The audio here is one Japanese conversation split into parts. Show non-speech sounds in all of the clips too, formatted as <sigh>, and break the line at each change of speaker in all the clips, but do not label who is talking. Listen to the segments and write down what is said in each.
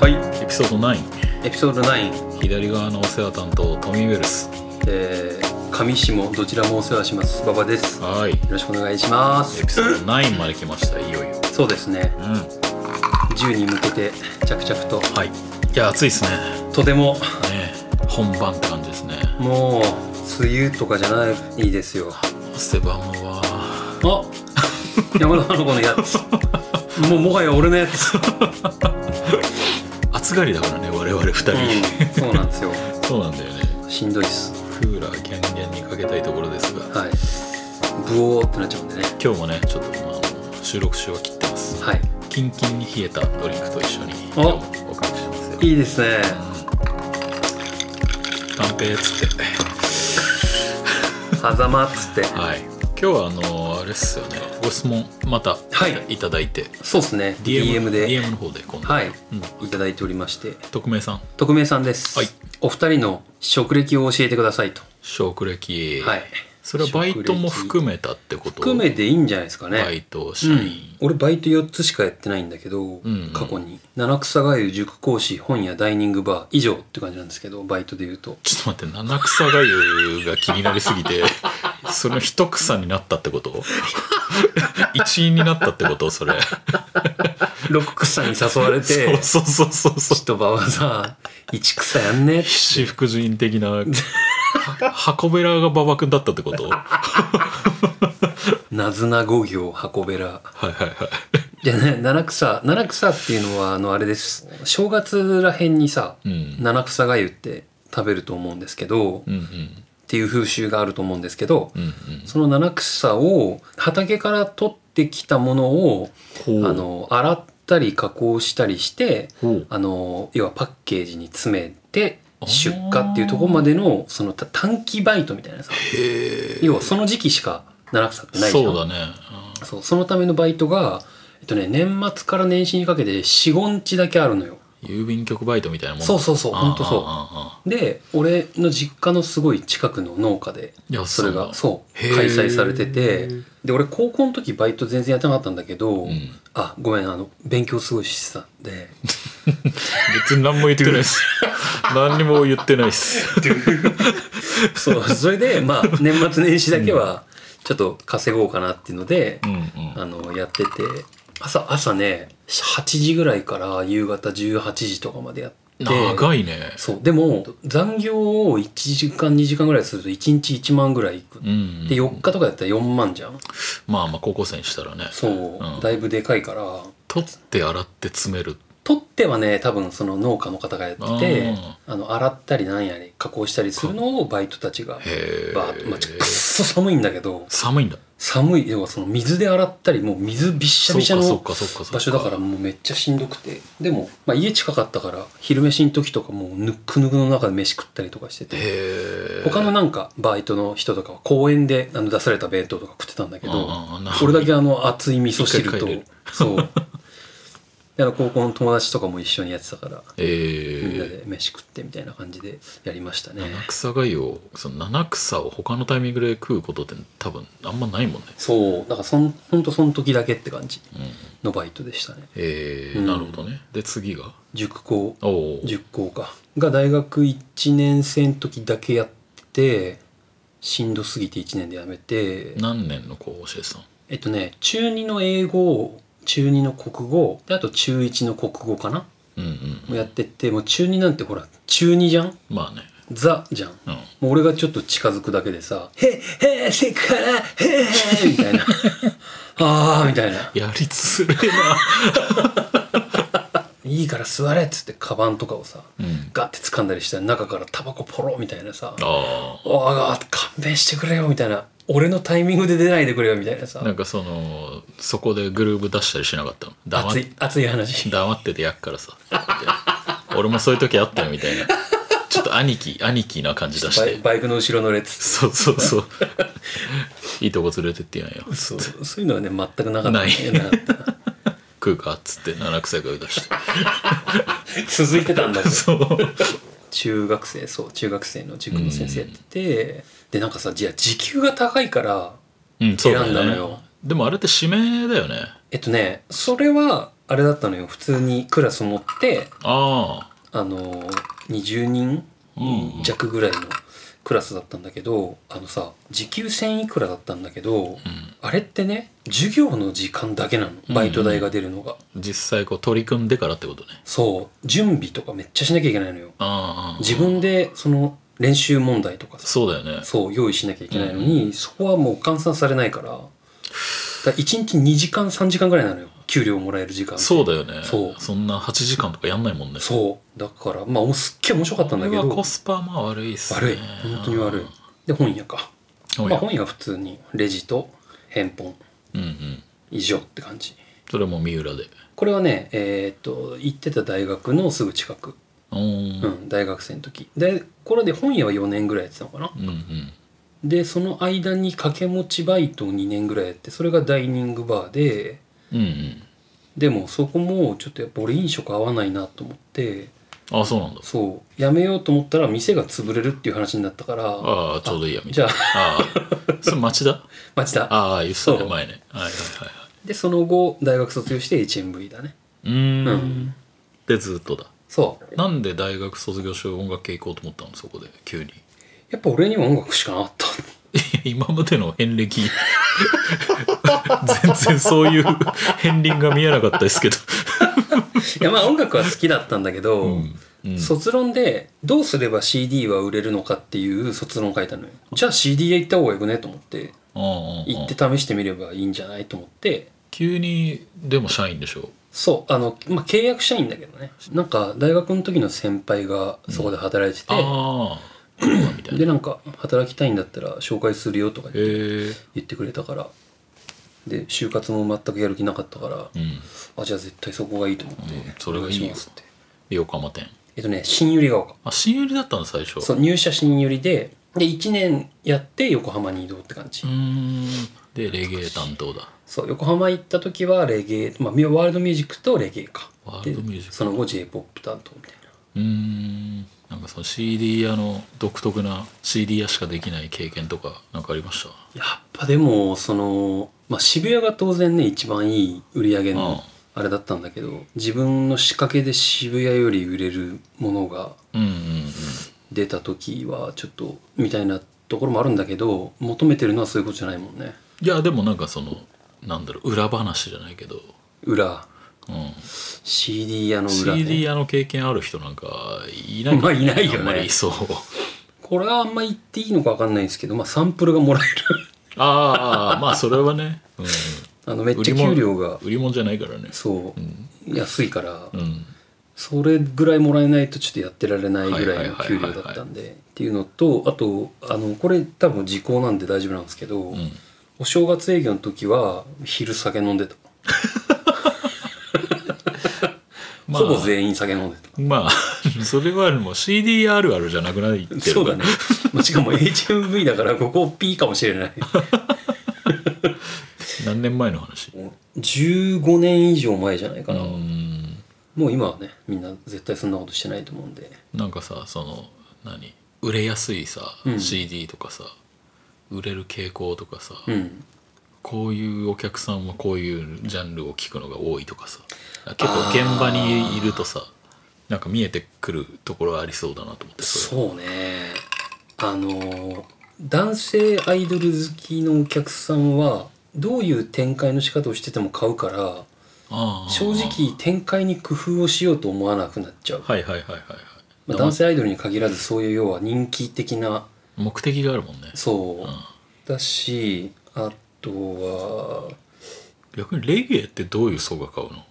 はいエピソード9
エピソード9、
左側のお世話担当トミー・ウェルス
えー、上下どちらもお世話します馬場ですよ
はい
ろしくお願いします
エピソード9まで来ましたいよいよ
そうですね
うん
銃に向けて着々と
はいいや暑いですね
とても
ね本番って感じですね
もう梅雨とかじゃないですよ
汗ばむわ
あ <laughs> 山田花子のや
<laughs>
つもうもはや俺のやつ、
暑がりだからね我々二人、
うん、そうなんですよ
そうなんだよね
しんどいっす
クーラーキャンキャンにかけたいところですが、
はいブオーってなっちゃうんでね
今日もねちょっと、まあ、収録中は切ってます
はい
キンキンに冷えたドリンクと一緒に
お
今日もお送りしますよ
いいですね
乾杯っつって
狭間っつって
はい今日はあのあれっすよねご質問また
はい
いただいて、
そうですね DM, で
DM の方で今度
はい
うん、
いただいておりまして
匿名さん
匿名さんです、
はい
お二人の職歴を教えてくださいと、
食歴、
はい
それはバイトも
職歴
含めたってこと
含めていいんじゃないですかね、
バイト社
う
員、
ん、俺バイト4つしかやってないんだけど、
んうん
過去に七草がゆ塾講師本屋ダイニングバー以上って感じなんですけどバイトで言うと
ちょっと待って七草がゆが気になりすぎ <laughs> てその一草になったってこと一員になったってことそれ
六草に誘われて
<laughs> そうそうそうそう <laughs>
ちょっと馬はさ一草やんねって
七福神的なは箱べらが馬場君だったってことは
なずな五行箱べら
いはいはい
じゃあね七草七草っていうのはあのあれです正月らへんにさ、
うん
七草がゆって食べると思うんですけど、
うんうん
っていう風習があると思うんですけど、
うん
その七草を畑から取ってきたものを
うんほう
あの洗ったり加工したりして
ほう
あの要はパッケージに詰めて
あー
出荷っていうところまでのそのた短期バイトみたいなさ
へえ
要はその時期しか七草ってないじゃん
そうだね
そうそのためのバイトが、えっとね、年末から年始にかけて45日だけあるのよ
うん郵便局バイトみたいなもん
そうそうそうほんとそう
う
で俺の実家のすごい近くの農家で
いや
それが
そう
そう
へー
開催されててで俺高校の時バイト全然やってなかったんだけど、
うん
あごめんあの勉強すごいしてたんで <laughs>
別に何も言ってないです何にも言ってないです
そうそれでまあ年末年始だけはちょっと稼ごうかなっていうので
う、んうん
あのやってて朝朝ね8時ぐらいから夕方18時とかまでやって
長いね
そうでも残業を1時間2時間ぐらいすると1日1万ぐらいいく
うんうん
で4日とかだったら4万じゃん
まあまあ高校生にしたらね
そう、
うん
だいぶでかいから
取って洗って詰める
取ってはね多分その農家の方がやっててあの洗ったりなんやり加工したりするのをバイトたちが
へえ
バーッと、まあ、ちょくっそ寒いんだけど
寒いんだ
寒い要はその水で洗ったりもう水びっしゃ
そう
びしゃ
かそう
の
かそうかそうか
場所だからもうめっちゃしんどくてでも、まあ、家近かったから昼飯の時とかもうぬっくぬくの中で飯食ったりとかしてて
へえ
他のなんかバイトの人とかは公園であの出された弁当とか食ってたんだけど、
ああな
俺だけあの熱い味噌汁
一回
と
帰れる
そうであの高校の友達とかも一緒にやってたから
えー
みんなで飯食ってみたいな感じでやりましたね
七草がゆをその七草を他のタイミングで食うことって多分あんまないもんね、
そうだからそんほんとその時だけって感じ
うん、
のバイトでしたね
えー
うん
なるほどねで次が
塾講
おおー
塾講かが大学1年生の時だけやってしんどすぎて1年でやめて
何年の講師さん
えっとね中2の英語中2の国語であと中1の国語かな
うんうん
もうやってってもう中2なんてほら中2じゃん
まあね
ザじゃん
うん
もう俺がちょっと近づくだけでさ「へへせからへへ」みた
<laughs>
いな「あー」みたいな
やりづれえな、
「いいから座れ」っつってカバンとかをさ
うん、
ガッて掴んだりしたら中からタバコポロみたいなさ「
あ
おあ勘弁してくれよ」みたいな「俺のタイミングで出ないでくれよ」みたいなさ
あなんかそのそこでグルーブ出したりしなかったの黙
熱
っ
い熱い話
黙っててやっからさ俺もそういう時あったよみたいなちょっと兄貴兄貴な感じ出し
バ
て
イバイクの後ろの列
そうそうそう。いいとこ連れてってやんよ。
そう <laughs> そういうのはね全くなか <laughs> った
ない
なかった
食うかっつって七草が出して。 <laughs>
続いてたんだもん
そう。
中学生そう中学生の塾の先生やってて、でなんかさじゃあ時給が高いから
うん、そう
選
だ
んだの
よ
よ
ね。でもあれって指名だよね。
えっとねそれはあれだったのよ普通にクラス持って
ああ。
あの20人
うんうん
弱ぐらいのクラスだったんだけどあのさ時給1000いくらだったんだけど
うん
あれってね授業の時間だけなのバイト代が出るのが、
実際こう取り組んでからってことね。
そう準備とかめっちゃしなきゃいけないのよ
ああ。
自分でその練習問題とかさ
そうだよね。
そう用意しなきゃいけないのに、そこはもう換算されないからだから1日2時間3時間ぐらいなのよ給料もらえる時間
そうだよね。
そうん
な8時間とかやんないもんね。
そうだからまあもうすっげえ面白かったんだけ
これ
ど
はコスパまあ悪いっすね。
悪い本当に悪いで本屋か
うん。
まあ、本屋は普通にレジと返本
うんうん。
以上って感じ
それも三浦で。
これはねえーっと行ってた大学のすぐ近く、
うーん。
う
うんん
大学生の時でこれで本屋は4年ぐらいやってたのかな
うん。
でその間に掛け持ちバイトを2年ぐらいやってそれがダイニングバーで
うんうん。
でもそこもちょっとやっぱ俺飲食合わないなと思って
あ、そうなんだ。
そうやめようと思ったら店が潰れるっていう話になったから
ああ、ちょうどいいや、みたいな。
じゃあ <laughs>
ああ。それ町田
町田
ああ、言ってた
そ
ね、
う
前ね。はいはいはいはい。
でその後大学卒業して HMV だね
うーん
うん
でずっとだ
そう
なんで大学卒業して音楽系行こうと思ったのそこで急にい
やっぱ俺には音楽しかなかった <laughs>
や今までの遍歴 <laughs> 全然そういう片鱗が見えなかったですけど、
いやまあ音楽は好きだったんだけど、
うんうん、
卒論でどうすれば CD は売れるのかっていう卒論書いたのよじゃあ CD へ行った方がよくねと思って
うんうん
行
う
っ
ん
て試してみればいいんじゃないと思って
急にでも社員でしょ
そうあの、まあ、契約社員だけどねなんか大学の時の先輩がそこで働いてて、
ああそうだみたい
で
な
なんか働きたいんだったら紹介するよとか
へえ
言って言ってくれたからで就活も全くやる気なかったから
うん
あじゃあ絶対そこがいいと思って、
うんそれがいいよ
お願しますって
横浜店
えっとね新百合ヶ丘
あ新入りだったの最初
そう入社新寄りでで1年やって横浜に移動って感じ、
うーんでレゲエ担当だ
そう横浜行った時はレゲエ、まあ、ミュワールドミュージックとレゲエか
ワールドミュージック
でその後 j p o p 担当みたいな
うーんなんかその CD 屋の独特な CD 屋しかできない経験とかなんかありました
やっぱでもその、まあ、渋谷が当然ね一番いい売り上げのあれだったんだけど自分の仕掛けで渋谷より売れるものが
うんうんうん
出た時はちょっとみたいなところもあるんだけど求めてるのはそういうことじゃないもんね
いやでもなんかそのなんだろう裏話じゃないけど、
裏
うん、
CD 屋の裏、ね、
CD 屋の経験ある人なんかいない
まあいないよね
あんまりそう
これはあんま言っていいのか分かんないんですけど、まあ、サンプルがもらえる <laughs>
ああまあそれはね、うん、
あのめっちゃ給料が
売り物じゃないからね
そう、
ん
安いから、
うん
それぐらいもらえないとちょっとやってられないぐらいの
はいはい
給
はい
料
はいはい
だったんでっていうのとあとあのこれ多分時効なんで大丈夫なんですけど、
うん
お正月営業の時は昼酒飲んでた、
ま
ほぼ
あ
全員酒飲んでた。
まあ <laughs> それはもう CD あるあるじゃなくなってる
そう
<laughs>
だね、まあ、しかも HMV だからここ P かもしれない
何年前の話
15年以上前じゃないか
う
な、
ん
もう今はねみんな絶対そんなことしてないと思うんで
なんかさその何売れやすいさ、
うん
CD とかさ売れる傾向とかさ、
うん
こういうお客さんはこういうジャンルを聞くのが多いとかさ結構現場にいるとさなんか見えてくるところありそうだなと思ってれ
そうねあの男性アイドル好きのお客さんはどういう展開の仕方をしてても買うから
ああ
正直展開に工夫をしようと思わなくなっちゃう、
はいはいはいはいはい、
まあ、男性アイドルに限らずそういう要は人気的な
目的があるもんね、、
そううんだしあとは
逆にレゲエってどういう層が買うの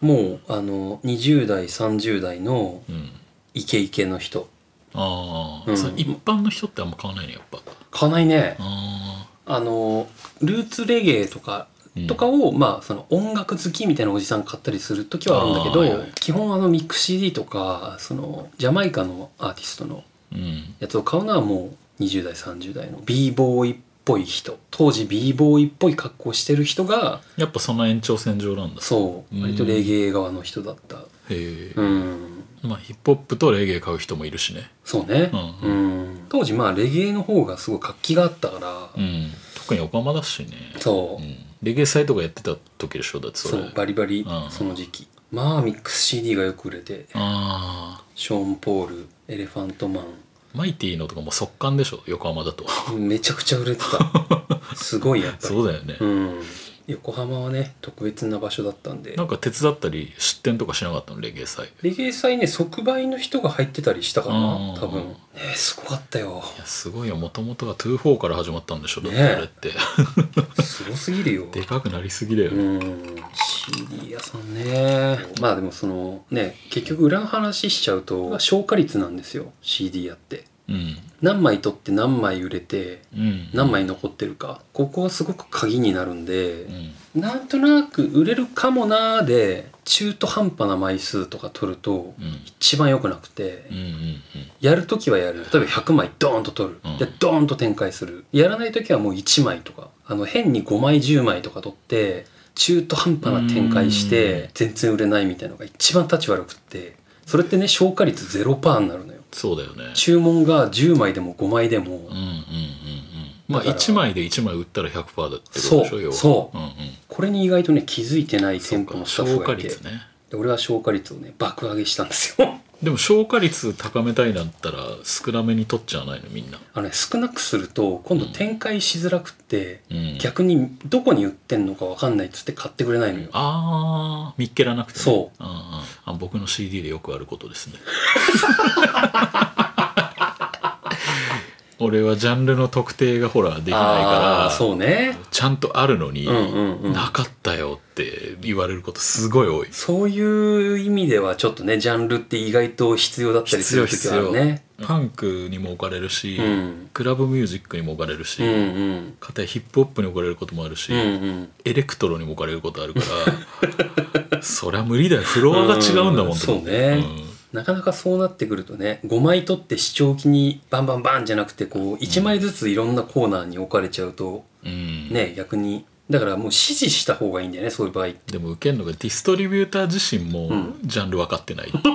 もうあの20代30代の
うん
イケイケの人
ああ、
うん
それ一般の人ってあんま買わないねやっぱ
買わないね
あ
あのルーツレゲエとか
あ
とかを、まあその音楽好きみたいなおじさんが買ったりする時はあるんだけど、
あーはいはい
基本あのミック CD とかそのジャマイカのアーティストの
うん
やつを買うのはもう20代30代の b ボーイっぽい人当時 b ボーイっぽい格好してる人が
やっぱその延長線上なんだ
そう
うん
割とレゲエ側の人だった
へえ、
うん、
まあヒップホップとレゲエ買う人もいるしね、
そうね
う
うん当時まあレゲエの方がすごい活気があったか
うん、特に横浜だしね、
らそううん
レゲエ祭とかやってた時でしょだってそ
そ
れ
うバリバリ
うん
その時期まあミックス CD がよく売れて
あ
ショーン・ポールエレファントマ
ーマイティのとかも速乾でしょ横浜だと
ンめちゃくちゃ売れて
<laughs>
たすごいやっぱり
そうだよね、
うん横浜はね特別な場所だったんで
なんか手伝ったり出店とかしなかったのレゲエ祭い
レゲエ祭ね即売の人が入ってたりしたかな
うん
多分ねすごかった
<laughs>
よ
やすごいよもともとが24から始まったんでしょだって
ねえ
あれって、
すごすぎるよ
でかくなりすぎだよ、
うん CD 屋さんねまあでもそのね結局裏の話しちゃうと消化率なんですよ CD 屋って
うん
何枚取って何枚売れて
うん、
何枚残ってるかここはすごく鍵になるんで
う、ん
なんとなく売れるかもなーで中途半端な枚数とか取ると
うん
一番良くなくて、
うんうん
やる時はやる例えば100枚ドーンと取る、
うん
でドーンと展開するやらない時はもう1枚とかあの変に5枚10枚とか取って中途半端な展開し
うん
て全然売れないみたいなのが一番立ち悪くってそれってね消化率0%になるのよ
そうだよね
注文が10枚でも5枚でも、
うんうんうんうんまあ
だから
1枚で1枚売ったら100%だってことでしょ
そう
要は
そ
うんうん
これに意外とね気づいてない店舗のスタッ
消
フが
化
いて
率ね
で俺は消化率をね爆上げしたんですよ
でも消化率高めたいなんたら少なめに取っちゃわないのみんな、
あの、ね、少なくすると今度展開しづらくって、
うん、
逆にどこに売ってんのか分かんないっつって買ってくれないのよ、
ああ見っけらなくてね、
そ
うんうんあ僕の CD でよくあるこ
<laughs>
とですね俺はジャンルの特定がほらできない
ああー
から
そうね
ちゃんとあるのに、
うんうんうん
なかったよって言われることすごい多い
そういう意味ではちょっとねジャンルって意外と必要だったりする時はあるね
パンクにも置かれるし、
うん
クラブミュージックにも置かれるし、
うんうん
かたやヒップホップに置かれることもあるし、
うんうん
エレクトロにも置かれることあるから <laughs> そりゃ無理だよフロアが違うんだもん
うん
と思って
そうねなかなかそうなってくるとね5枚取って視聴器にバンバンバンじゃなくてこう1枚ずついろんなコーナーに置かれちゃうと
うんうん
ね逆にだからもう指示した方がいいんだよねそういう場合
でも受けるのがディストリビューター自身
う
も
ん
ジャンル分かって
<laughs>
ない、だか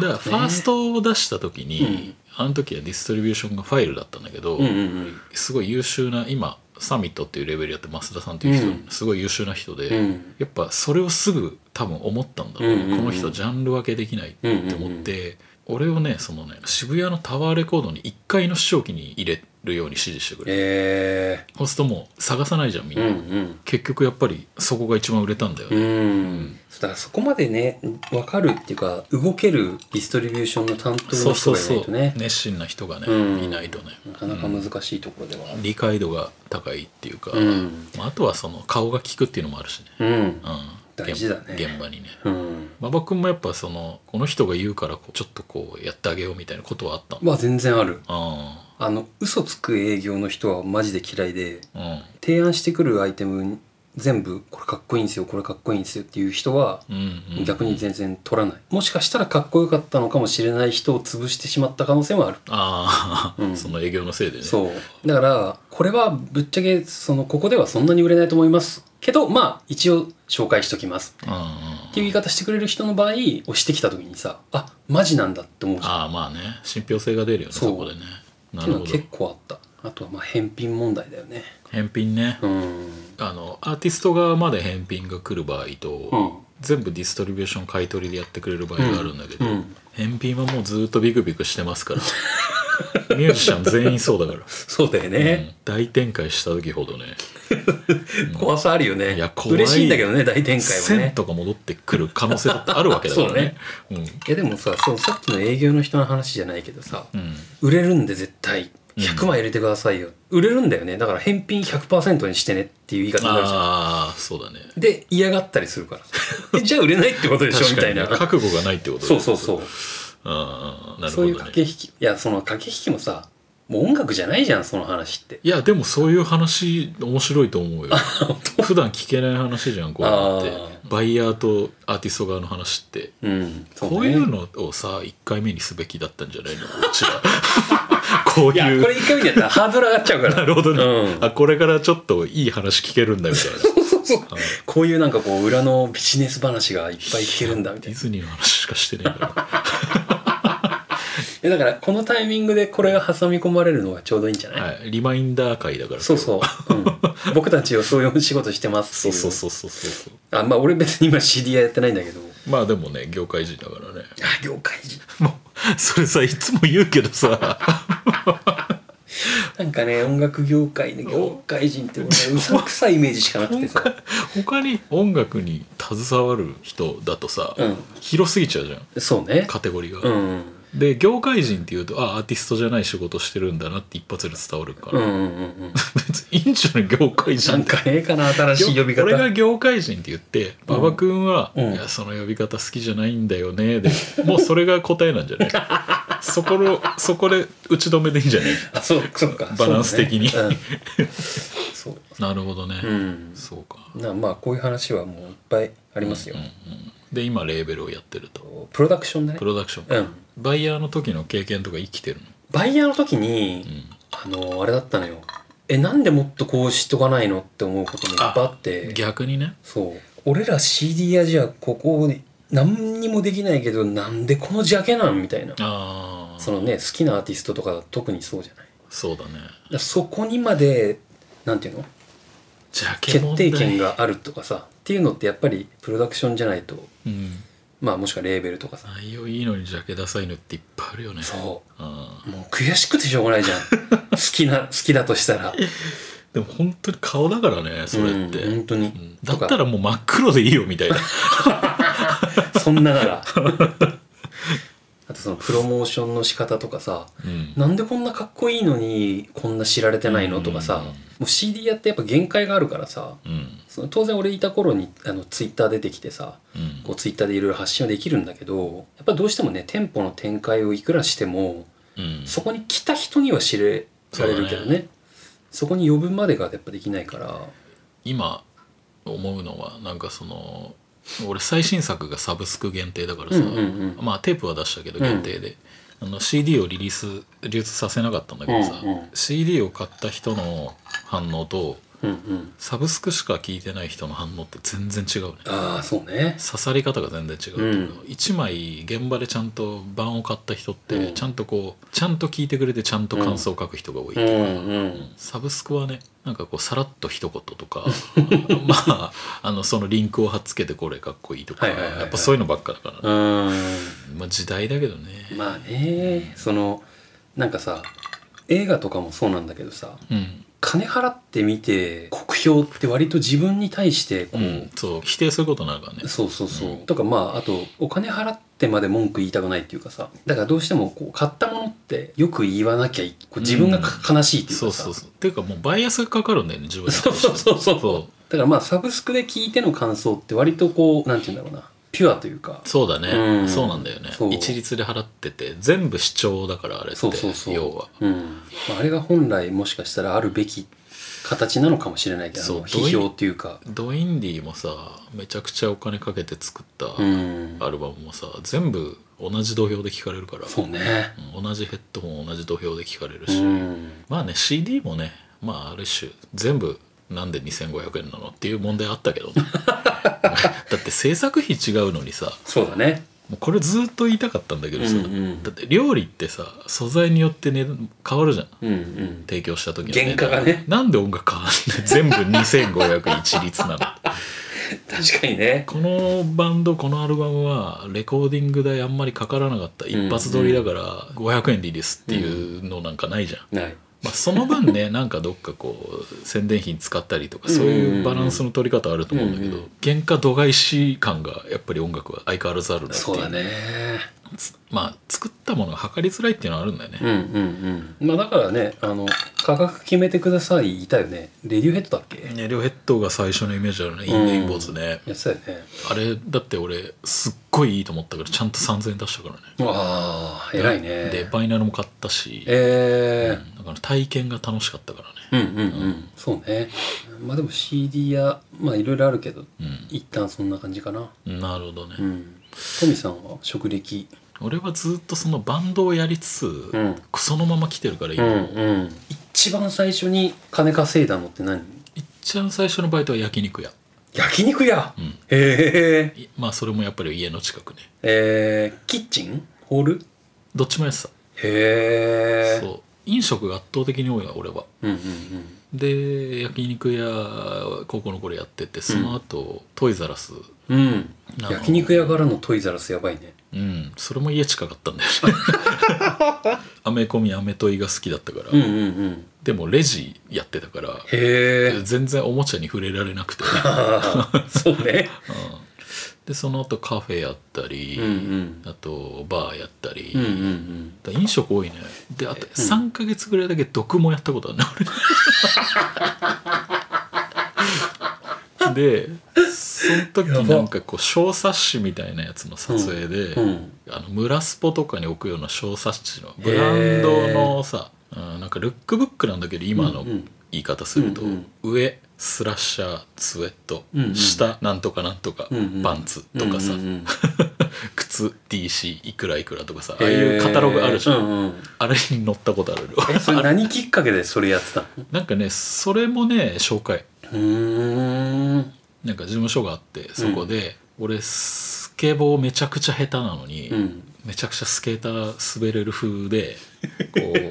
らファーストを出した時に、あの時はディストリビューションがファイルだったんだけど、
うんうんうん
すごい優秀な今サミットっていうレベルやって増田さんっていう人、
うん
すごい優秀な人で、
うん
やっぱそれをすぐ多分思ったんだろうね、
うんうんうん
この人ジャンル分けできないって思って、俺をねそのね渋谷のタワーレコードに1階の視聴器に入れるように指示してくれ
え
そうするともう探さないじゃんみん
ー、う
な、
ん
結局やっぱりそこが一番売れたんだよ
うんう
ね、
んだからそこまでね分かるっていうか動けるディストリビューションの担当
そ
の
うそ
人
う
がいな
そ
いうとね
熱心な人がね、
うん
いないとね
なかなか難しいところではある
理解度が高いっていうか、
うん、
まあ、あとはその顔が効くっていうのもあるしね、
うん
うん、
大事だね
現現場にね
うん、
馬場君もやっぱそのこの人が言うからこうちょっとこうやってあげようみたいなことはあったの
まあ全然ある
あ
あの嘘つく営業の人はマジで嫌いで
あうん
提案してくるアイテム全部これかっこいいんですよこれかっこいいんですよっていう人は
うんうん、
逆に全然取らないもしかしたらかっこよかったのかもしれない人を潰してしまった可能性もある、
ああ、
うん
<laughs> その営業のせいでね
そうだからこれはぶっちゃけそのここではそんなに売れないと思いますけどまあ一応紹介しときます
うんうん、
っていう言い方してくれる人の場合押してきた時にさあマジなんだって思うじゃんっ
ああまあね信憑性が出るよねそ
そう
こでねな
ていう
る
のは
ほど
結構あったあとはまあ返品問題だよね
返品ね、
うん
あのアーティスト側まで返品が来る場合と、
うん
全部ディストリビューション買い取りでやってくれる場合があるんだけど、
うん
返品はもうずっとビクビクしてますから
<laughs>
ミュージシャン全員そうだから
そうだよ
う
ね、
ん大展開した時ほどね
怖さあるよね
いや怖い
嬉しいんだけどね大展開は
1000
ね
とか戻ってくる可能性だってあるわけだから
<laughs>
ね
いやでもさそうさっきの営業の人の話じゃないけどさ、
うんうん
売れるんで絶対
うん
100枚入れてくださいよ、売れるんだよねだから返品100%にしてねっていう言い方になるじゃん
ああそうだね
で嫌がったりするから
<laughs>
えじゃあ売れないってことでしょみ
確
た
か
い
にね
な
覚悟がないってことだ
そう
よ
そうそう、
ああなる
そういう
ほど
駆
ね
け引きいやその駆け引きもさもう音楽じゃないじゃんその話って
いやでもそういう話面白いと思
<laughs>
うよ普段聞けない話じゃんこういうのって
あ
バイヤーとアーティスト側の話って
うんそね
こういうのをさ1回目にすべきだったんじゃないのうちら <laughs> こう
いや
いう
こ
<laughs>
れ一回見てやったらハードル上がっちゃうから
なるほどね、
うん
あこれからちょっといい話聞けるんだみたいな
そうそう
うん
こういうなんかこう裏のビジネス話がいっぱい聞けるんだみた
デ
い
ィ <laughs>
な
ズニーの話しかしてないから
えだからこのタイミングでこれが挟み込まれるのがちょうどいいんじゃない、、
はい、リマインダー会だから
そうそう、うん、僕たちはそういう仕事してますっ
そう
てい
そうそうそうそう
あまあ俺別に今 CD やってないんだけど
まあでもね業界人だからね
あ業界人
もうそれさいつも言うけどさ
なんかね音楽業界の業界人って俺うさんくさいイメージしかなくてさ
他に音楽に携わる人だとさ、
うん
広すぎちゃうじゃん
そうね
カテゴリー
う
が、
ん
で業界人っていうとあアーティストじゃない仕事してるんだなって一発で伝わるか
う
ら、
んうんうん
<laughs>
うん
別にいいんじゃない業界人
なんかねえかな新しい呼び方
俺が業界人って言って馬場君は、
うん
いやその呼び方好きじゃないんだよね」でもうそれが答えな
<laughs>
んじゃないそこのそこで打ち止めでいいんじゃない
あそうそっか
バランス的に
そうだね,
<laughs>
うん、そう
なるほどね、
うん
そうか
なまあこういう話はもういっぱいありますよ、
うんうんうんで今レーベルをやってると
プロダクションだね
プロダクションか、
うん
バイヤーの時の経験とか生きてるの、
バイヤーの時に、
う
あ
ん
のあれだったのよえなんでもっとこうしとかないのって思うこともいっぱいあって
逆にね
そう俺ら CD やじゃここに何にもできないけどなんでこのジャケなんみたいな
ああ
そのね好きなアーティストとかだと特にそうじゃないだか
そうだね
らそこにまでなんていうの
ジャケ
決
問題
定権があるとかさっていうのってやっぱりプロダクションじゃないと
うん
まあもしくはレーベルとかさ
内容いいのにジャケダサいのっていっぱいあるよね
そ
あ
うもう悔しくてしょうがないじゃん <laughs> 好きな好きだとしたら
ーでも本当に顔だからねそれって、
うん、本当
う
に
んだったらもう真っ黒でいいよみたいな
そんなな <laughs> らあとそのプロモーションの仕方とかさ
うん
なんでこんなかっこいいのにこんな知られてないのとかさ
うん
もう CD やってやっぱ限界があるからさ
うん
その当然俺いた頃にあのツイッター出てきてさ
うん
こうツイッターでいろいろ発信はできるんだけどやっぱどうしてもね店舗の展開をいくらしても
うん
そこに来た人には知れられるけど
そう
ねそこに呼ぶまでがやっぱできないから
今思うのはなんかその俺最新作がサブスク限定だからさ、
うんうんうん
まあテープは出したけど限定で、あの CD をリリース流通させなかったんだけどさ、
うんうん
CD を買った人の反応と
うんうん
サブスクしか聞いてない人の反応って全然違うね
ああそうね
刺さり方が全然違うっていうか、
う
1枚現場でちゃんと版を買った人っ
う
て
ん
ちゃんとこうちゃんと聞いてくれてちゃんと感想を書く人が多いって
うん
いうか、
うん
サブスクはねなんかこうさらっと一言
<laughs>
とかまああのそのリンクを貼っつけてこれかっこいいとか、
はいはいはいはい
やっぱそういうのばっかだから、ね
うん
まあ、時代だけどね、
まあねそのなんかさ映画とかもそうなんだけどさ
うん
金払って見て酷評って割と自分に対してこ
う
う、
ん、そう否定することになるからね
そうそうそう、
うん
とかまああとお金払ってまで文句言いたくないっていうかさだからどうしてもこう買ったものってよく言わなきゃいこう自分がか悲しいっていう
そ
か
う
さ、
そうそうっていうかもうバイアスがかかるんだよね自分に
そうそうそうそうだからまあサブスクで聞いての感想って割とこうなんて言うんだろうなピュアというか
そうだね、
うん
そうなんだよね
そう
一律で払ってて全部主張だからあれって
そうそうそう
要は
うんまあ、あれが本来もしかしたらあるべき形なのかもしれないけどあ
そう
の批評っていうか
ドインディもさめちゃくちゃお金かけて作った
うん
アルバムもさ、全部同じ土俵で聴かれるから
そうね
うん同じヘッドホン同じ土俵で聴かれる
う
し、
ん
まあね CD もねまあある種全部なんで2500円なのっていう問題あったけど
<laughs>
ねだって制作費違うのにさ
そうだね
もうこれずっと言いたかったんだけどさ、
うんうん
だって料理ってさ素材によって値段変わるじゃん
うんうん
提供した時の
原価がね
なんで音楽変わんない全部2500円一律な
<laughs>
の
確かにね
このバンドこのアルバムはレコーディング代あんまりかからなかった一発撮りだから500円でいいですっていうのなんかないじゃん、
ない
まあ、その分ね <laughs> なんかどっかこう宣伝費に使ったりとかそういうバランスの取り方あると思うんだけ
うんうん
ど原価度外視感がやっぱり音楽は相変わらずあるなってい
そうだね
つまあ作ったものが測りづらいっていうのはあるんだよね、
うんうんうんまあだからねあの価格決めてくださいいたよねレディオヘッドだっけ
ね両ヘッドが最初のイメージあるねイ
うん
ンデインボーズね、
やってたよね
あれだって俺すっごいいいと思ったからちゃんと3000円出したからね
ああ偉いね
でバイナルも買ったし、
え
うんだから体験が楽しかったからね
ー、うんうんうんそうねまあでも CD やまあいろいろあるけど
う
一旦そんな感じかな、
んなるほどね、
うん、トミさんは職歴
俺はずっとそのバンドをやりつつ、
ん
そのまま来てるから今、
うん一番最初に金稼いだのって何
一番最初のバイトは焼肉屋
焼肉屋、
うん
へえ
いまあそれもやっぱり家の近くね
えー、キッチンホール
どっちもやってた、
へえ
そう飲食が圧倒的に多いな俺は
うんうんうん
で焼肉屋高校の頃やっててその後、トイザラス
うん
あの
焼肉屋からのトイザラスやばいね
うんそれも家近かったんだよね
<laughs>
アメコミアメトイが好きだったから、
うんうんうん
でもレジやってたから
へえ
全然おもちゃに触れられなくて、
あー <laughs> そうね
うんでその後カフェやったり、
うんうん
あとバーやったり、
うんうんうん
だから飲食多いねであと3ヶ月ぐらいだけ毒もやったことあるね
<laughs>
俺でその時
やば
なんかこう小冊子みたいなやつの撮影で、
うん
あの村スポとかに置くような小冊子のブランドのさ、うんなんかルックブックなんだけど今の
うんうん
言い方すると、
うん
上スラッシャースウェット、
うんうん
下なんとかなんとか、
うんうん
パンツとかさ、
うんうんうん
靴 DC いくらいくらとかさああいうカタログあるじゃん、
へーうんうん
あれに載ったことある
えそれ何きっかけでそれやってたの
<laughs> なんかねそれもね紹介
うーん
なんか事務所があってそこで、俺スケボーめちゃくちゃ下手なのに、
うん
めちゃくちゃスケーター滑れる風でこ
<laughs>
う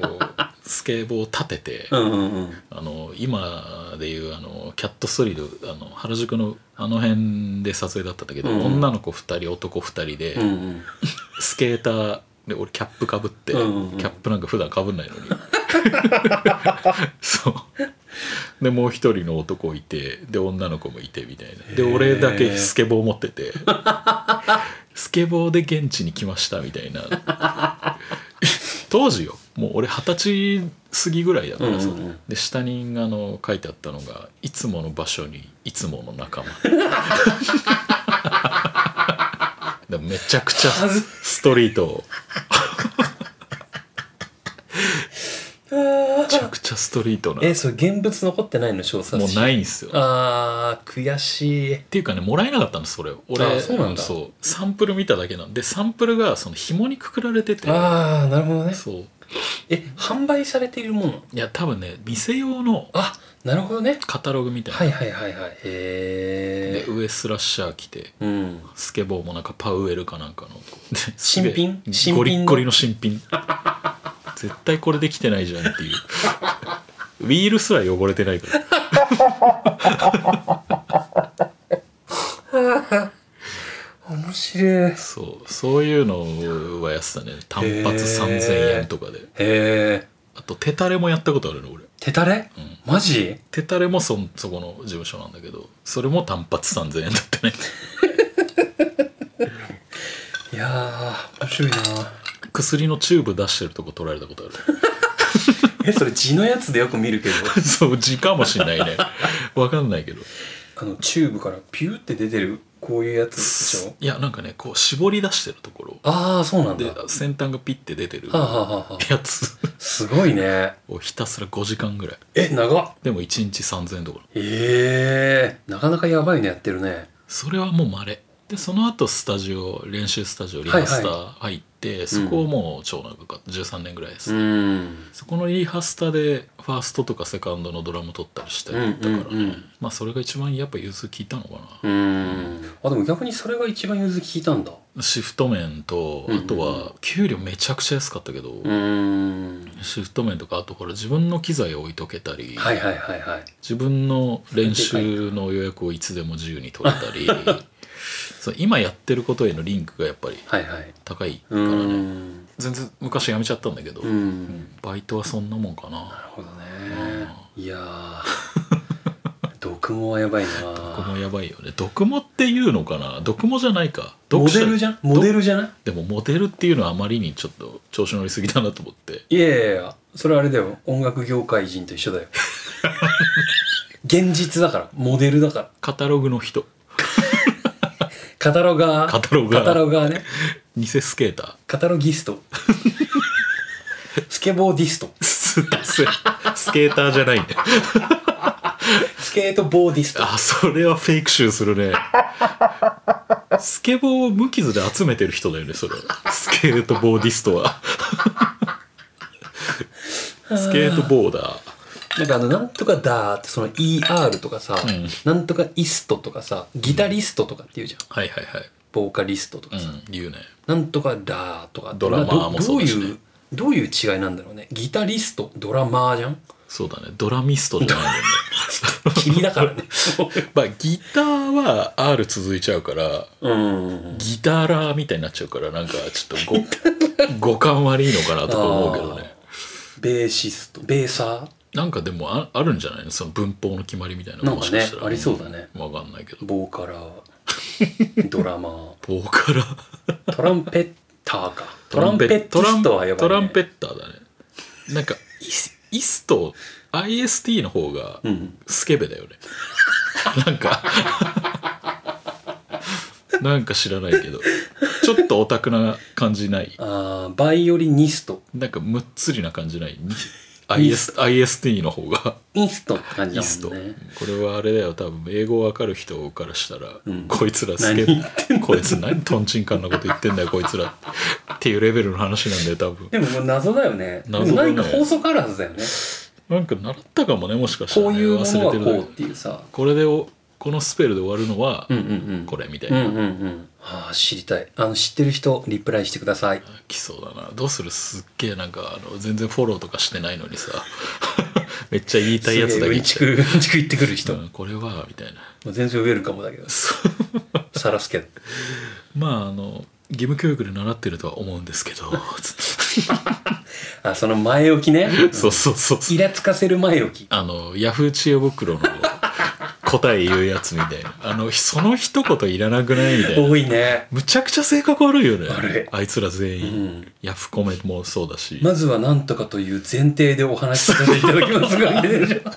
スケボー立てて、
うんうんうん
あの今でいうあのキャットストリートあの原宿のあの辺で撮影だったんだけど、
うん
女の子2人男2人で、
うんうん
スケーターで俺キャップかぶって、
うんうんうん
キャップなんか普段かぶ
<laughs>
んないのにそうでもう一人の男いてで女の子もいてみたいなで
へー
俺だけスケボー持ってて <laughs> スケボーで現地に来ましたみたいな <laughs> 当時よもう俺二十歳過ぎぐらいだからさ、
うんうんうん
で下にあの書いてあったのが「いつもの場所にいつもの仲間」でもめちゃくちゃ
はず
ストリートをめちゃくちゃストリートな
えそれ現物残ってないの小冊
もう
子
ないんですよっ
あー悔しい
ていうかねもらえなかったのそれを俺
あそうなんだ
そうサンプル見ただけなんでサンプルがその紐にくくられてて
ああなるほどね
そう
え販売されているもの
いや多分ね店用の
あなるほどね
カタログみたいな、
はいはいはいはいへえ
で上スラッシャー着て
うん
スケボーもなんかパウエルかなんかのこうで
新品
すげ
新品
え
の
ゴリッゴリの新
<laughs>
品絶対これできてないじゃんっていうウィールすら汚れてないから
面白いへ
そうそういうのはやってたね単発3000円とかで
え
あと手垂れもやったことあるの俺
手たれ、
ん
マジ
手垂れもそんそこの事務所なんだけどそれも単発3000円だったね
いやー面白いな
薬のチューブ出してるとこ <laughs> 取られたことあ
えそれ地のやつでよく見るけど <laughs>
るそう字かもしんないねわかんないけど
あのチューブからピューって出てるこういうやつでしょ
いやなんかねこう絞り出してるところ
ああそうなんだ
で
は
先端がピッて出てる
あ、はあはあはあ、
やつ <laughs>
すごいね
をひたすら5時間ぐらい
え長っ
でも1日3000円とか
ええなかなかやばいのやってるね
それはもうまれでその後スタジオ練習スタジオリハスター入って、そこをもう超長かった13年ぐらいです、
うん
そこのリハスタでファーストとかセカンドのドラム取ったりしてたからね、
うんうんうん
まあそれが一番やっぱ融通聞いたのかな、
うんあでも逆にそれが一番融通聞いたんだ
シフト面と
うんうんうん
あとは給料めちゃくちゃ安かったけど、
うん
シフト面とかあとほら自分の機材置いとけたり、
はいはいはいはい
自分の練習の予約をいつでも自由に取れた
<laughs>
りそう今やってることへのリンクがやっぱり
はいはい
高いか
う
らね、
ん
全然昔辞めちゃったんだけど、
うん
バイトはそんなもんか
な
な
るほどねいやー毒もやばいな
毒もやばいよね毒もっていうのかな毒もじゃないか
モデルじ
ゃ
ゃんモデルじゃない
でもモデルっていうのはあまりにちょっと調子乗りすぎだなと思って
いやいやいやそれあれだよ音楽業界人と一緒だよ現実だからモデルだから
カタログの人
カタロガー
カタロガー
カタロガーね
偽スケータ
カタロギストスケボーディスト <laughs>
ースケーターじゃないね
スケートボーディスト
あそれはフェイク集するねスケボーを無傷で集めてる人だよねそれスケートボーディストはスケートボーダー
なんかあの、なんとかだーって、その ER とかさ、
うん
なんとかイストとかさ、ギタリストとかって言うじゃん。
はいはいはい
ボーカリストとかさ、
うん言うね
なんとかだーとかって
ドラマーもそうだし
ど
ね
どういう、どういう違いなんだろうね。ギタリスト、ドラマーじゃん
そうだねドラミストじゃないよね
君だから
<laughs>
ね。
まあギターは R 続いちゃうから
うん。
ギターラーみたいになっちゃうからなんかちょっとご五感悪いのかなとか思うけどね
ベーシスト、ベーサ
なんかでもああるんじゃないのその文法の決まりみたいな
なんかね
もしかしたら
ありそうだね
わかんないけ
ー、
ど
ボーカラー、
<laughs>
ドラマ
ボーカラー
ー、トランペッターか。トランペット
トラ
ス
ン
トはやばい、ね。
トランペッターだねなんかイスイスと IST の方が
うん。
スケベだよねなんかなんか知らないけどちょっとオタクな感じない
あーバイオリニスト。
なんかむっつりな感じないに
イ
IS IST の方が
イストって感じ
イ
だ
スと、
もんね。
これはあれだよ多分英語わかる人からしたら、
うん
こいつらス
何
ケ
言
ベ <laughs> こいつ何とんちんかんなこと言ってんだよこいつらっていうレベルの話なんだよ多分
でもこれ謎だよね。でも
謎だね
何か法則あるはずだよね。
なんか習ったかもねもしかした
こう
らね、
いうもの
忘れ
は
て
こ
る
う
だ
っ
け
ていうさ。
これでおこのスペルで終わるのは
うんうんうん。
これみたい
うん
な、
うんうん。ああ、知りたい。あの、知ってる人、リプライしてください。
来そうだなどうするすっげえなんかあの全然フォローとかしてないのにさ <laughs> めっちゃ言いたいやつだけ
うん
言っ
ち
て
く、 <laughs> うんちく言ってくる人。
うんこれはみたいな
全然ウェルカムだ
<laughs>
けど。さらすけど。
まああの義務教育で習ってるとは思うんですけどつって
あ、その前置きね。 <laughs>
そうそうそう
イラつかせる前置き。
あのヤフー知恵袋の答え言うやつみたいな <laughs> あのその一言いらなくないみたいな
多いね。
むちゃくちゃ性格悪いよね
悪い
あいつら全
う
員、
ん。
ヤフコメもそうだし、
まずは何とかという前提でお話しさせていただきますが、
<laughs>
みたいな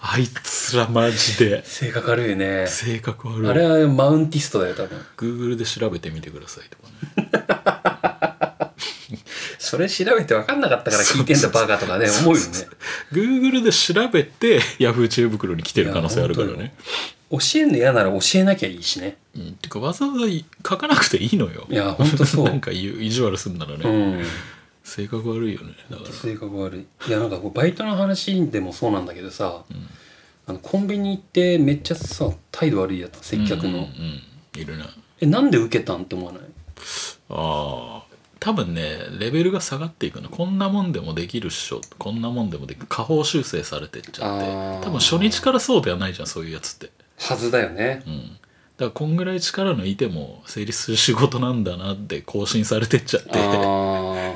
あいつらマジで
性格悪いね。
性格悪い
あれはマウンティストだよ、多分。
Google で調べてみてくださいとかね
それ調べて分かんなかったから聞いてんだ
そうそうそう
バカとかね思うよ
そう
ね
そ Google で調べてヤフー知恵袋に来てる可能性あるから
いや
ね
教えんの嫌なら教えなきゃいいしね
うん、てかわざわざ書かなくていいのよ
いやほんとそう
<laughs> なんか言う意地悪すんならね、
うん
性格悪いよねだから
性格悪いいやなんかこうバイトの話でもそうなんだけどさ、
ん
あのコンビニ行ってめっちゃさ態度悪いやつ接客の、
うんうんうんいるな
えなんで受けたんって思わない
ああ多分ねレベルが下がっていくのこんなもんでもできるっしょこんなもんでもできる下方修正されてっちゃって
あー
多分初日からそうではないじゃんそういうやつって
はずだよね
うんだからこんぐらい力抜いても成立する仕事なんだなって更新されてっちゃって
あー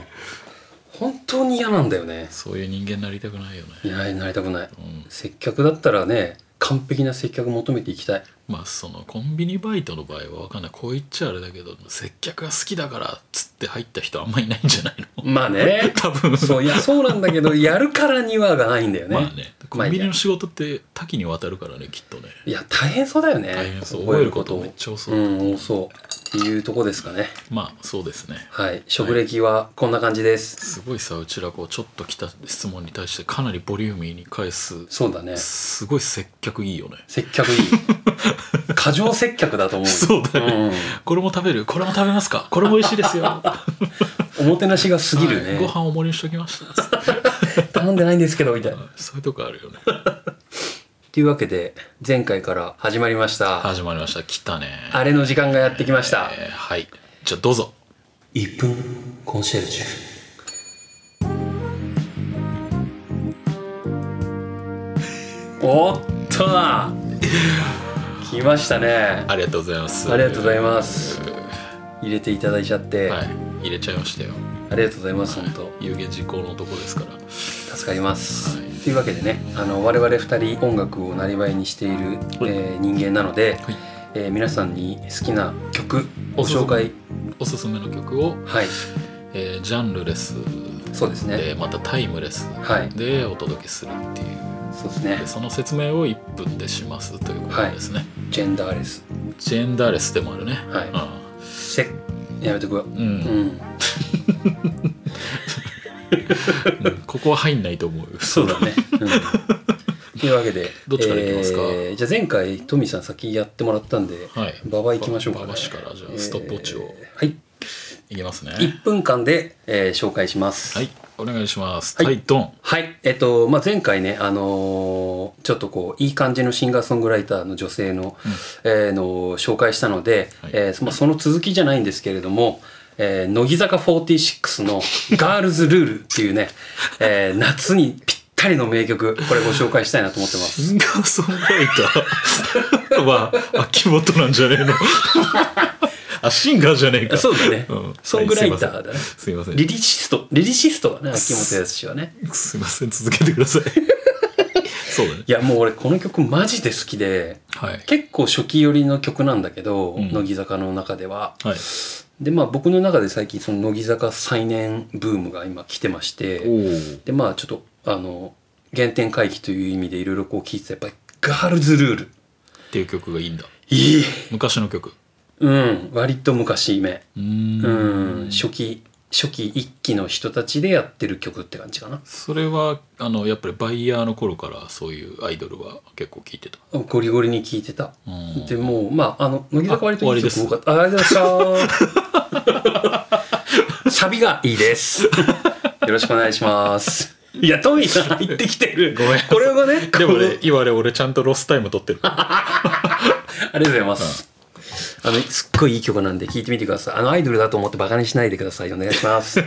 本当に嫌なんだよね
そういう人間になりたくないよね、
いやなりたくない
うん、
接客だったらね完璧な接客求めていきたい
まあそのコンビニバイトの場合は分かんないこう言っちゃあれだけど接客が好きだからっつって入った人あんまいないんじゃないの
まあね
多分
そういやそうなんだけどやるからにはがないんだよね,、
まあねコンビニの仕事って多岐にわたるからねきっとね
いや大変そうだよね
大変そう覚えることめっちゃ多そううん
多そうっていうとこですかね
まあそうですね
はい職歴はこんな感じです、
すごいさうちらこうちょっと来た質問に対してかなりボリューミーに返す
そうだね
すごい接客いいよね
接客 <laughs> いい過剰接客だと思うよ
そうだね
うん
これも食べるこれも食べますかこれも美味しいです
<laughs>
よ
おもてなしが過ぎるね、
はいご飯お盛りにしときましたつって
頼んでないんですけどみたいなっ
そういうとこあるよね
ていうわけで前回から始まりました、
始まりました来たね
あれの時間がやってきました、
えーはいじゃあどうぞ
1分コンシェルジュおっと来ましたね
ありがとうございます
ありがとうござい
ま
ます入れていただいちゃって、
はい入れちゃいましたよ
ありがとうございます本当
有言実行の男ですから
助かります、
はい
というわけでねあの我々2人音楽を生りにしている、えー人間なので、
はい
えー皆さんに好きな曲ご紹介
おすすめの曲を、
はい
えージャンルレス
そうですね
でまたタイムレス
はい
でお届けするっていう
そうですね
でその説明を1分でしますということですね、
ジェンダーレス
ジェンダーレスでもあるね
はいせやめとくわ
うん、うん
うん
うんここは入んないと思う
そうだね。というわけで、
<laughs> どっちからいきますか
えーじゃあ前回トミーさん先やってもらったんで、
はい
馬場行きましょうか、ね。
馬場氏からじゃあストップウォッチを
えーはい。
いきますね
1分間で、えー紹介します。
はいお願いします
はい
はいドン
はい、えっと、まあ、前回ね、あのーちょっとこう、いい感じのシンガーソングライターの女性の、えーの紹介したので、
はい
えーそまあその続きじゃないんですけれども、えー乃木坂46のガールズルールっていうね、えー夏にぴったりの名曲、これご紹介したいなと思って
<laughs>
ます。
シンガーソングライタ <laughs> ーは秋元なんじゃ
<laughs>
ねえのあシンガーじゃねえか
そうだね
ん
ソングライターだね
はいすいません
リリシスト、リリシストだね、秋元康はね。
すいません続けてく
<laughs>
ださいそうだね
いや、もう俺この曲マジで好きで、
はい
結構初期寄りの曲なんだけど、
うん
乃木坂の中では。
はい
でまあ僕の中で最近その乃木坂再燃ブームが今来てまして
お
でまあちょっとあの原点回帰という意味でいろいろこう聞いてたらやっぱりガールズルール
っていう曲がいいんだ
いい
昔の曲
うん割と昔め
うーん
うん初期初期一期の人たちでやってる曲って感じかな
それはあのやっぱりバイヤーの頃からそういうアイドルは結構聴いてた
ゴリゴリに聞いてた
うん
でもうまああの乃木坂割といい曲多かったあありがとうございま <laughs> したサビがいいですよろしくお願いしますいやトミーさん入ってきてる
ごめん
これがね
<laughs> でも
この
ね今ね俺ちゃんとロスタイム取ってるは
ありがとうございます。あの、すっごいいい曲なんで聞いてみてください。あの、アイドルだと思ってバカにしないでください。お願いし <laughs> ます。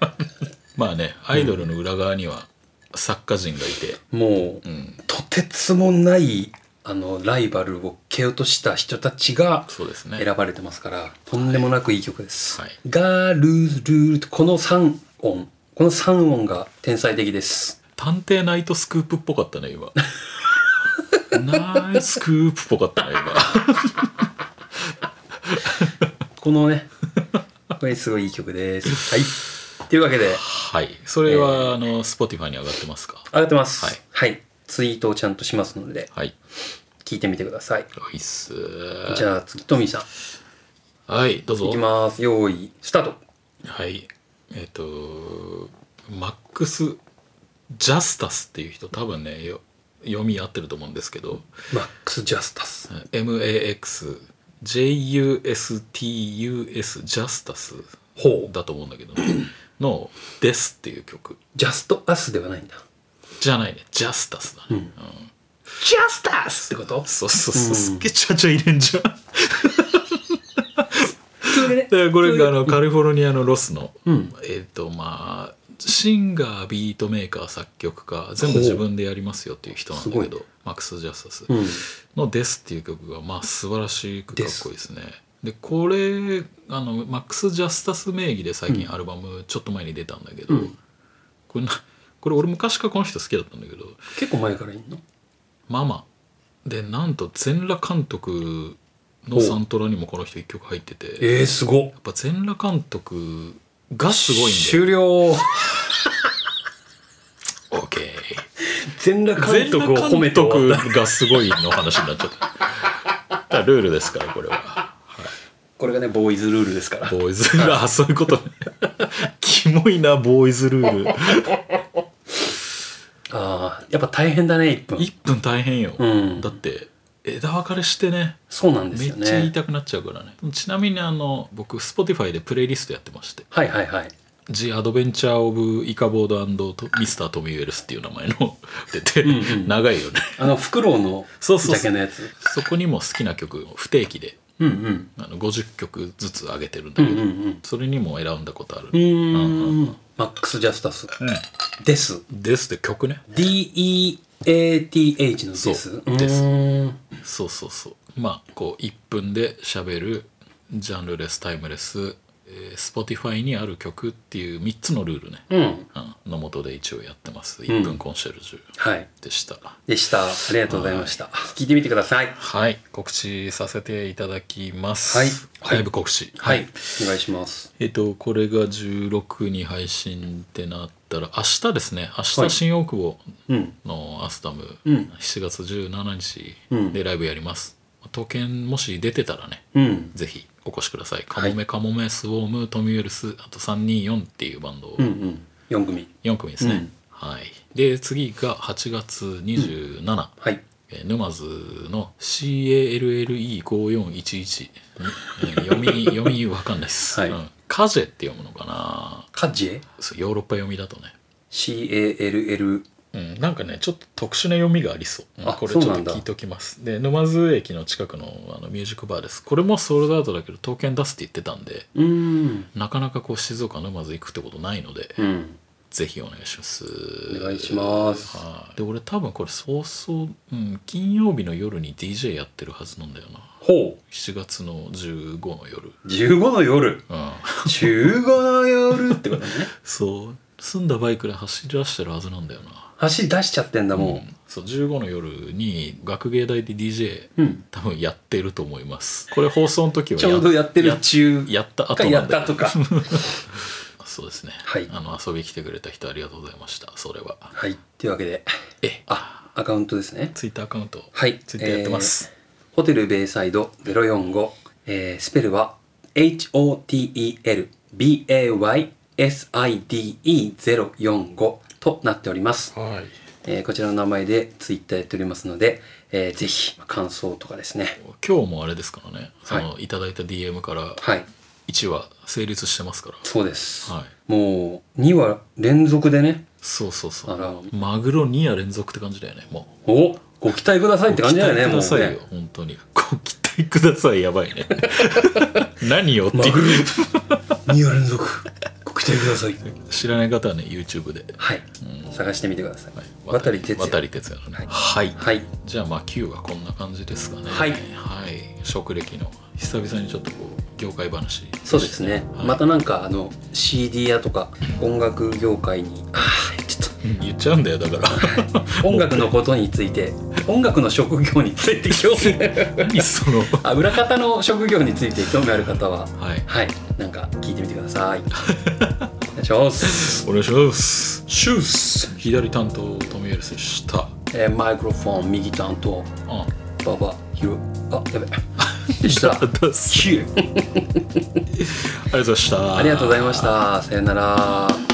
<laughs> まあねアイドルの裏側には作家人がいて、
もう、
うん、
とてつもない、あの、ライバルを蹴落とした人たちが
そうですね
選ばれてますから、とんでもなくいい曲です。
はい
ガールズルールと、この3音、この3音が天才的です。
探偵ナイトスクープっぽかったね <laughs> 今ナイトスクープっぽかったね
この
<laughs>
ね、これすごいいい曲です。はい。というわけで、
今はいそれは、あの Spotify に上がってますか
上がってます。
はい
はい。ツイートをちゃんとしますので、
はい
聞いてみてください。
よいっす
じゃあ次トミーさん
はいどうぞ
いきます用意スタート
はいえっ、とマックス・ジャスタスっていう人多分ねよ読み合ってると思うんですけど
マックス・ジャスタス
MAXJUSTUS ジャスタス
ほう
だと思うんだけど、ね、の「です」っていう曲
ジャスト・アスではないんだ
じゃないねジャスタスだ
う
ね、
んジャスタスってこと
そうそうそう、
うん
すっげえちゃちゃ入れんじゃんだか
それでね
らこれがあのカリフォルニアのロスの、
うん
えっ、とまあシンガービートメーカー作曲家全部自分でやりますよっていう人なんだ
ほう
け
すご
どマックス・ジャスタス
うん
の「です」っていう曲がまあ素晴らしくかっ
です
こいいですね。でこれあのマックス・ジャスタス名義で最近アルバムちょっと前に出たんだけど、
うん
これなこれ俺昔からこの人好きだったんだけど
結構前からいんの
「ママ」でなんと全裸監督のサントラにもこの人1曲入っててやっ
えー、すご
ぱ全裸監督がすごいんだよ。
終了
オーケー
全裸監督を褒めて終わった
全裸監督がすごいの話になっちゃった。だからルールですからこれは。
これがねボーイズルールですから
ボーイズルール、あ、そういうことね。キモいな、ボーイズルール。
あーやっぱ大変だね1分
1分大変よ。
うん
だって、枝分かれしてね、
そうなんです
めっ
よ
ちゃ言い
ね
たくなっちゃうからね。ちなみに、あの、僕、Spotify でプレイリストやってまして、
はいはいはい
The Adventure of イカボード Mr. トミーウェルスっていう名前
<laughs>
の出て、
うんうん
長いよね。
あのフクロウのジ
そうそうそ
ャ
う
ケのやつ
そこにも好きな曲を不定期で、
うんうん
あの50曲ずつ上げてるんだ
う
け
ん
ど、
うんうん
それにも選んだことある。
うーんマックス・ジャスタスです
うんですって曲ね。
DEATH のです
そう
ーん
ですそうそうそうまあこう1分で喋るジャンルレスタイムレス、えー、Spotify にある曲っていう3つのルールね、
うん
うん、のもとで一応やってます1分コンシェルジュ
はい
でした、
でしたありがとうございました聞いてみてください
はい告知させていただきます
はい
ライブ告知
はい、お願いします
えっとこれが16に配信ってなったら明日ですね明
はい
日新大久保
うん
のアスタム、
うん
7月17日
うん
でライブやります、刀剣もし出てたらね
うん
ぜひお越しください。カモメカモメスウォームトミウェルスあと324っていうバンド
うんうん4組
4組ですね。
うん
はい。で次が8月27、
はい
えー沼津の CALLE5411 えー読み読みわかんないです。
はい
うんカジェって読むのかな
カジエ
そうヨーロッパ読みだとね
?CALL。
うん、なんかねちょっと特殊な読みがありそう、うん
あ
これちょ
そう
っと
なんだ
聞いておきますで沼津駅の近くのあのミュージックバーですこれもソールドアウトだけど刀剣出すって言ってたんで
うーん。
なかなかこう静岡沼津行くってことないので、
うん。
ぜひお願いします
お願いします。
はいで俺多分これそうそう、うん、金曜日の夜に DJ やってるはずなんだよな
ほ
7月の15の夜
う。15の夜。
うん <laughs>
15の夜って <laughs> ことね。
そう住んだバイクで走り出してるはずなんだよな
走出しちゃってんだも
んそう15の夜に学芸大で DJ
ん。うん。
多分やってると思いますこれ放送の時は
ちょうどやってる
や
中
やった後
か
なん
やったと
と
か。
<laughs> そうですね
はい
あの遊びに来てくれた人ありがとうございましたそれは
はい。というわけで、
え
あ、アカウントですね。
ツイッターアカウント
はい。
ツイッターやってます、
えーホテルベイサイド045、えースペルは HOTELBAYSIDE045 となっております。
はい
えーこちらの名前でツイッターやっておりますので、えーぜひ感想とかですね。
今日もあれですからねその、、
はい
ただいた DM から
はい。
1話成立してますから
そうです。
はい
もう2話連続でね、
そうそうそ
あら
うマグロ2夜連続って感じだよねもう
おご期待くださいって感じだよね、
ご
も
期待く
う
ださい
ね
よ。本当にご期待くださいやばい
<laughs>
ね何よって
マ
い
グロ
う
2話連
<laughs>
続。ご期待ください。
知らない方はね YouTube で、
はい。
うん
探してみてください。
はい
渡哲
渡
也。
哲也のねは、
はいはい。
じゃあまあ Q はこんな感じですかね
はい
はい職歴の久々にちょっとこう業界話
そうですね、
はい
またなんかあの CD やとか音楽業界にあーちょ
うん言っちゃうんだよだから
っと音楽のことについて音楽の職業について <laughs> 興
<laughs>
味
何その
あ裏方の職業について興味ある方は
はい
はいなんか聞いてみてくだ
<laughs>
さいお願いします、
お願いしますシュース左担当トミエルスでした
えーマイクロフォン右担当
あ
馬場ひろあやべ <laughs> でした
<laughs> あどうすありがとうございました
ありがとうございましたさよなら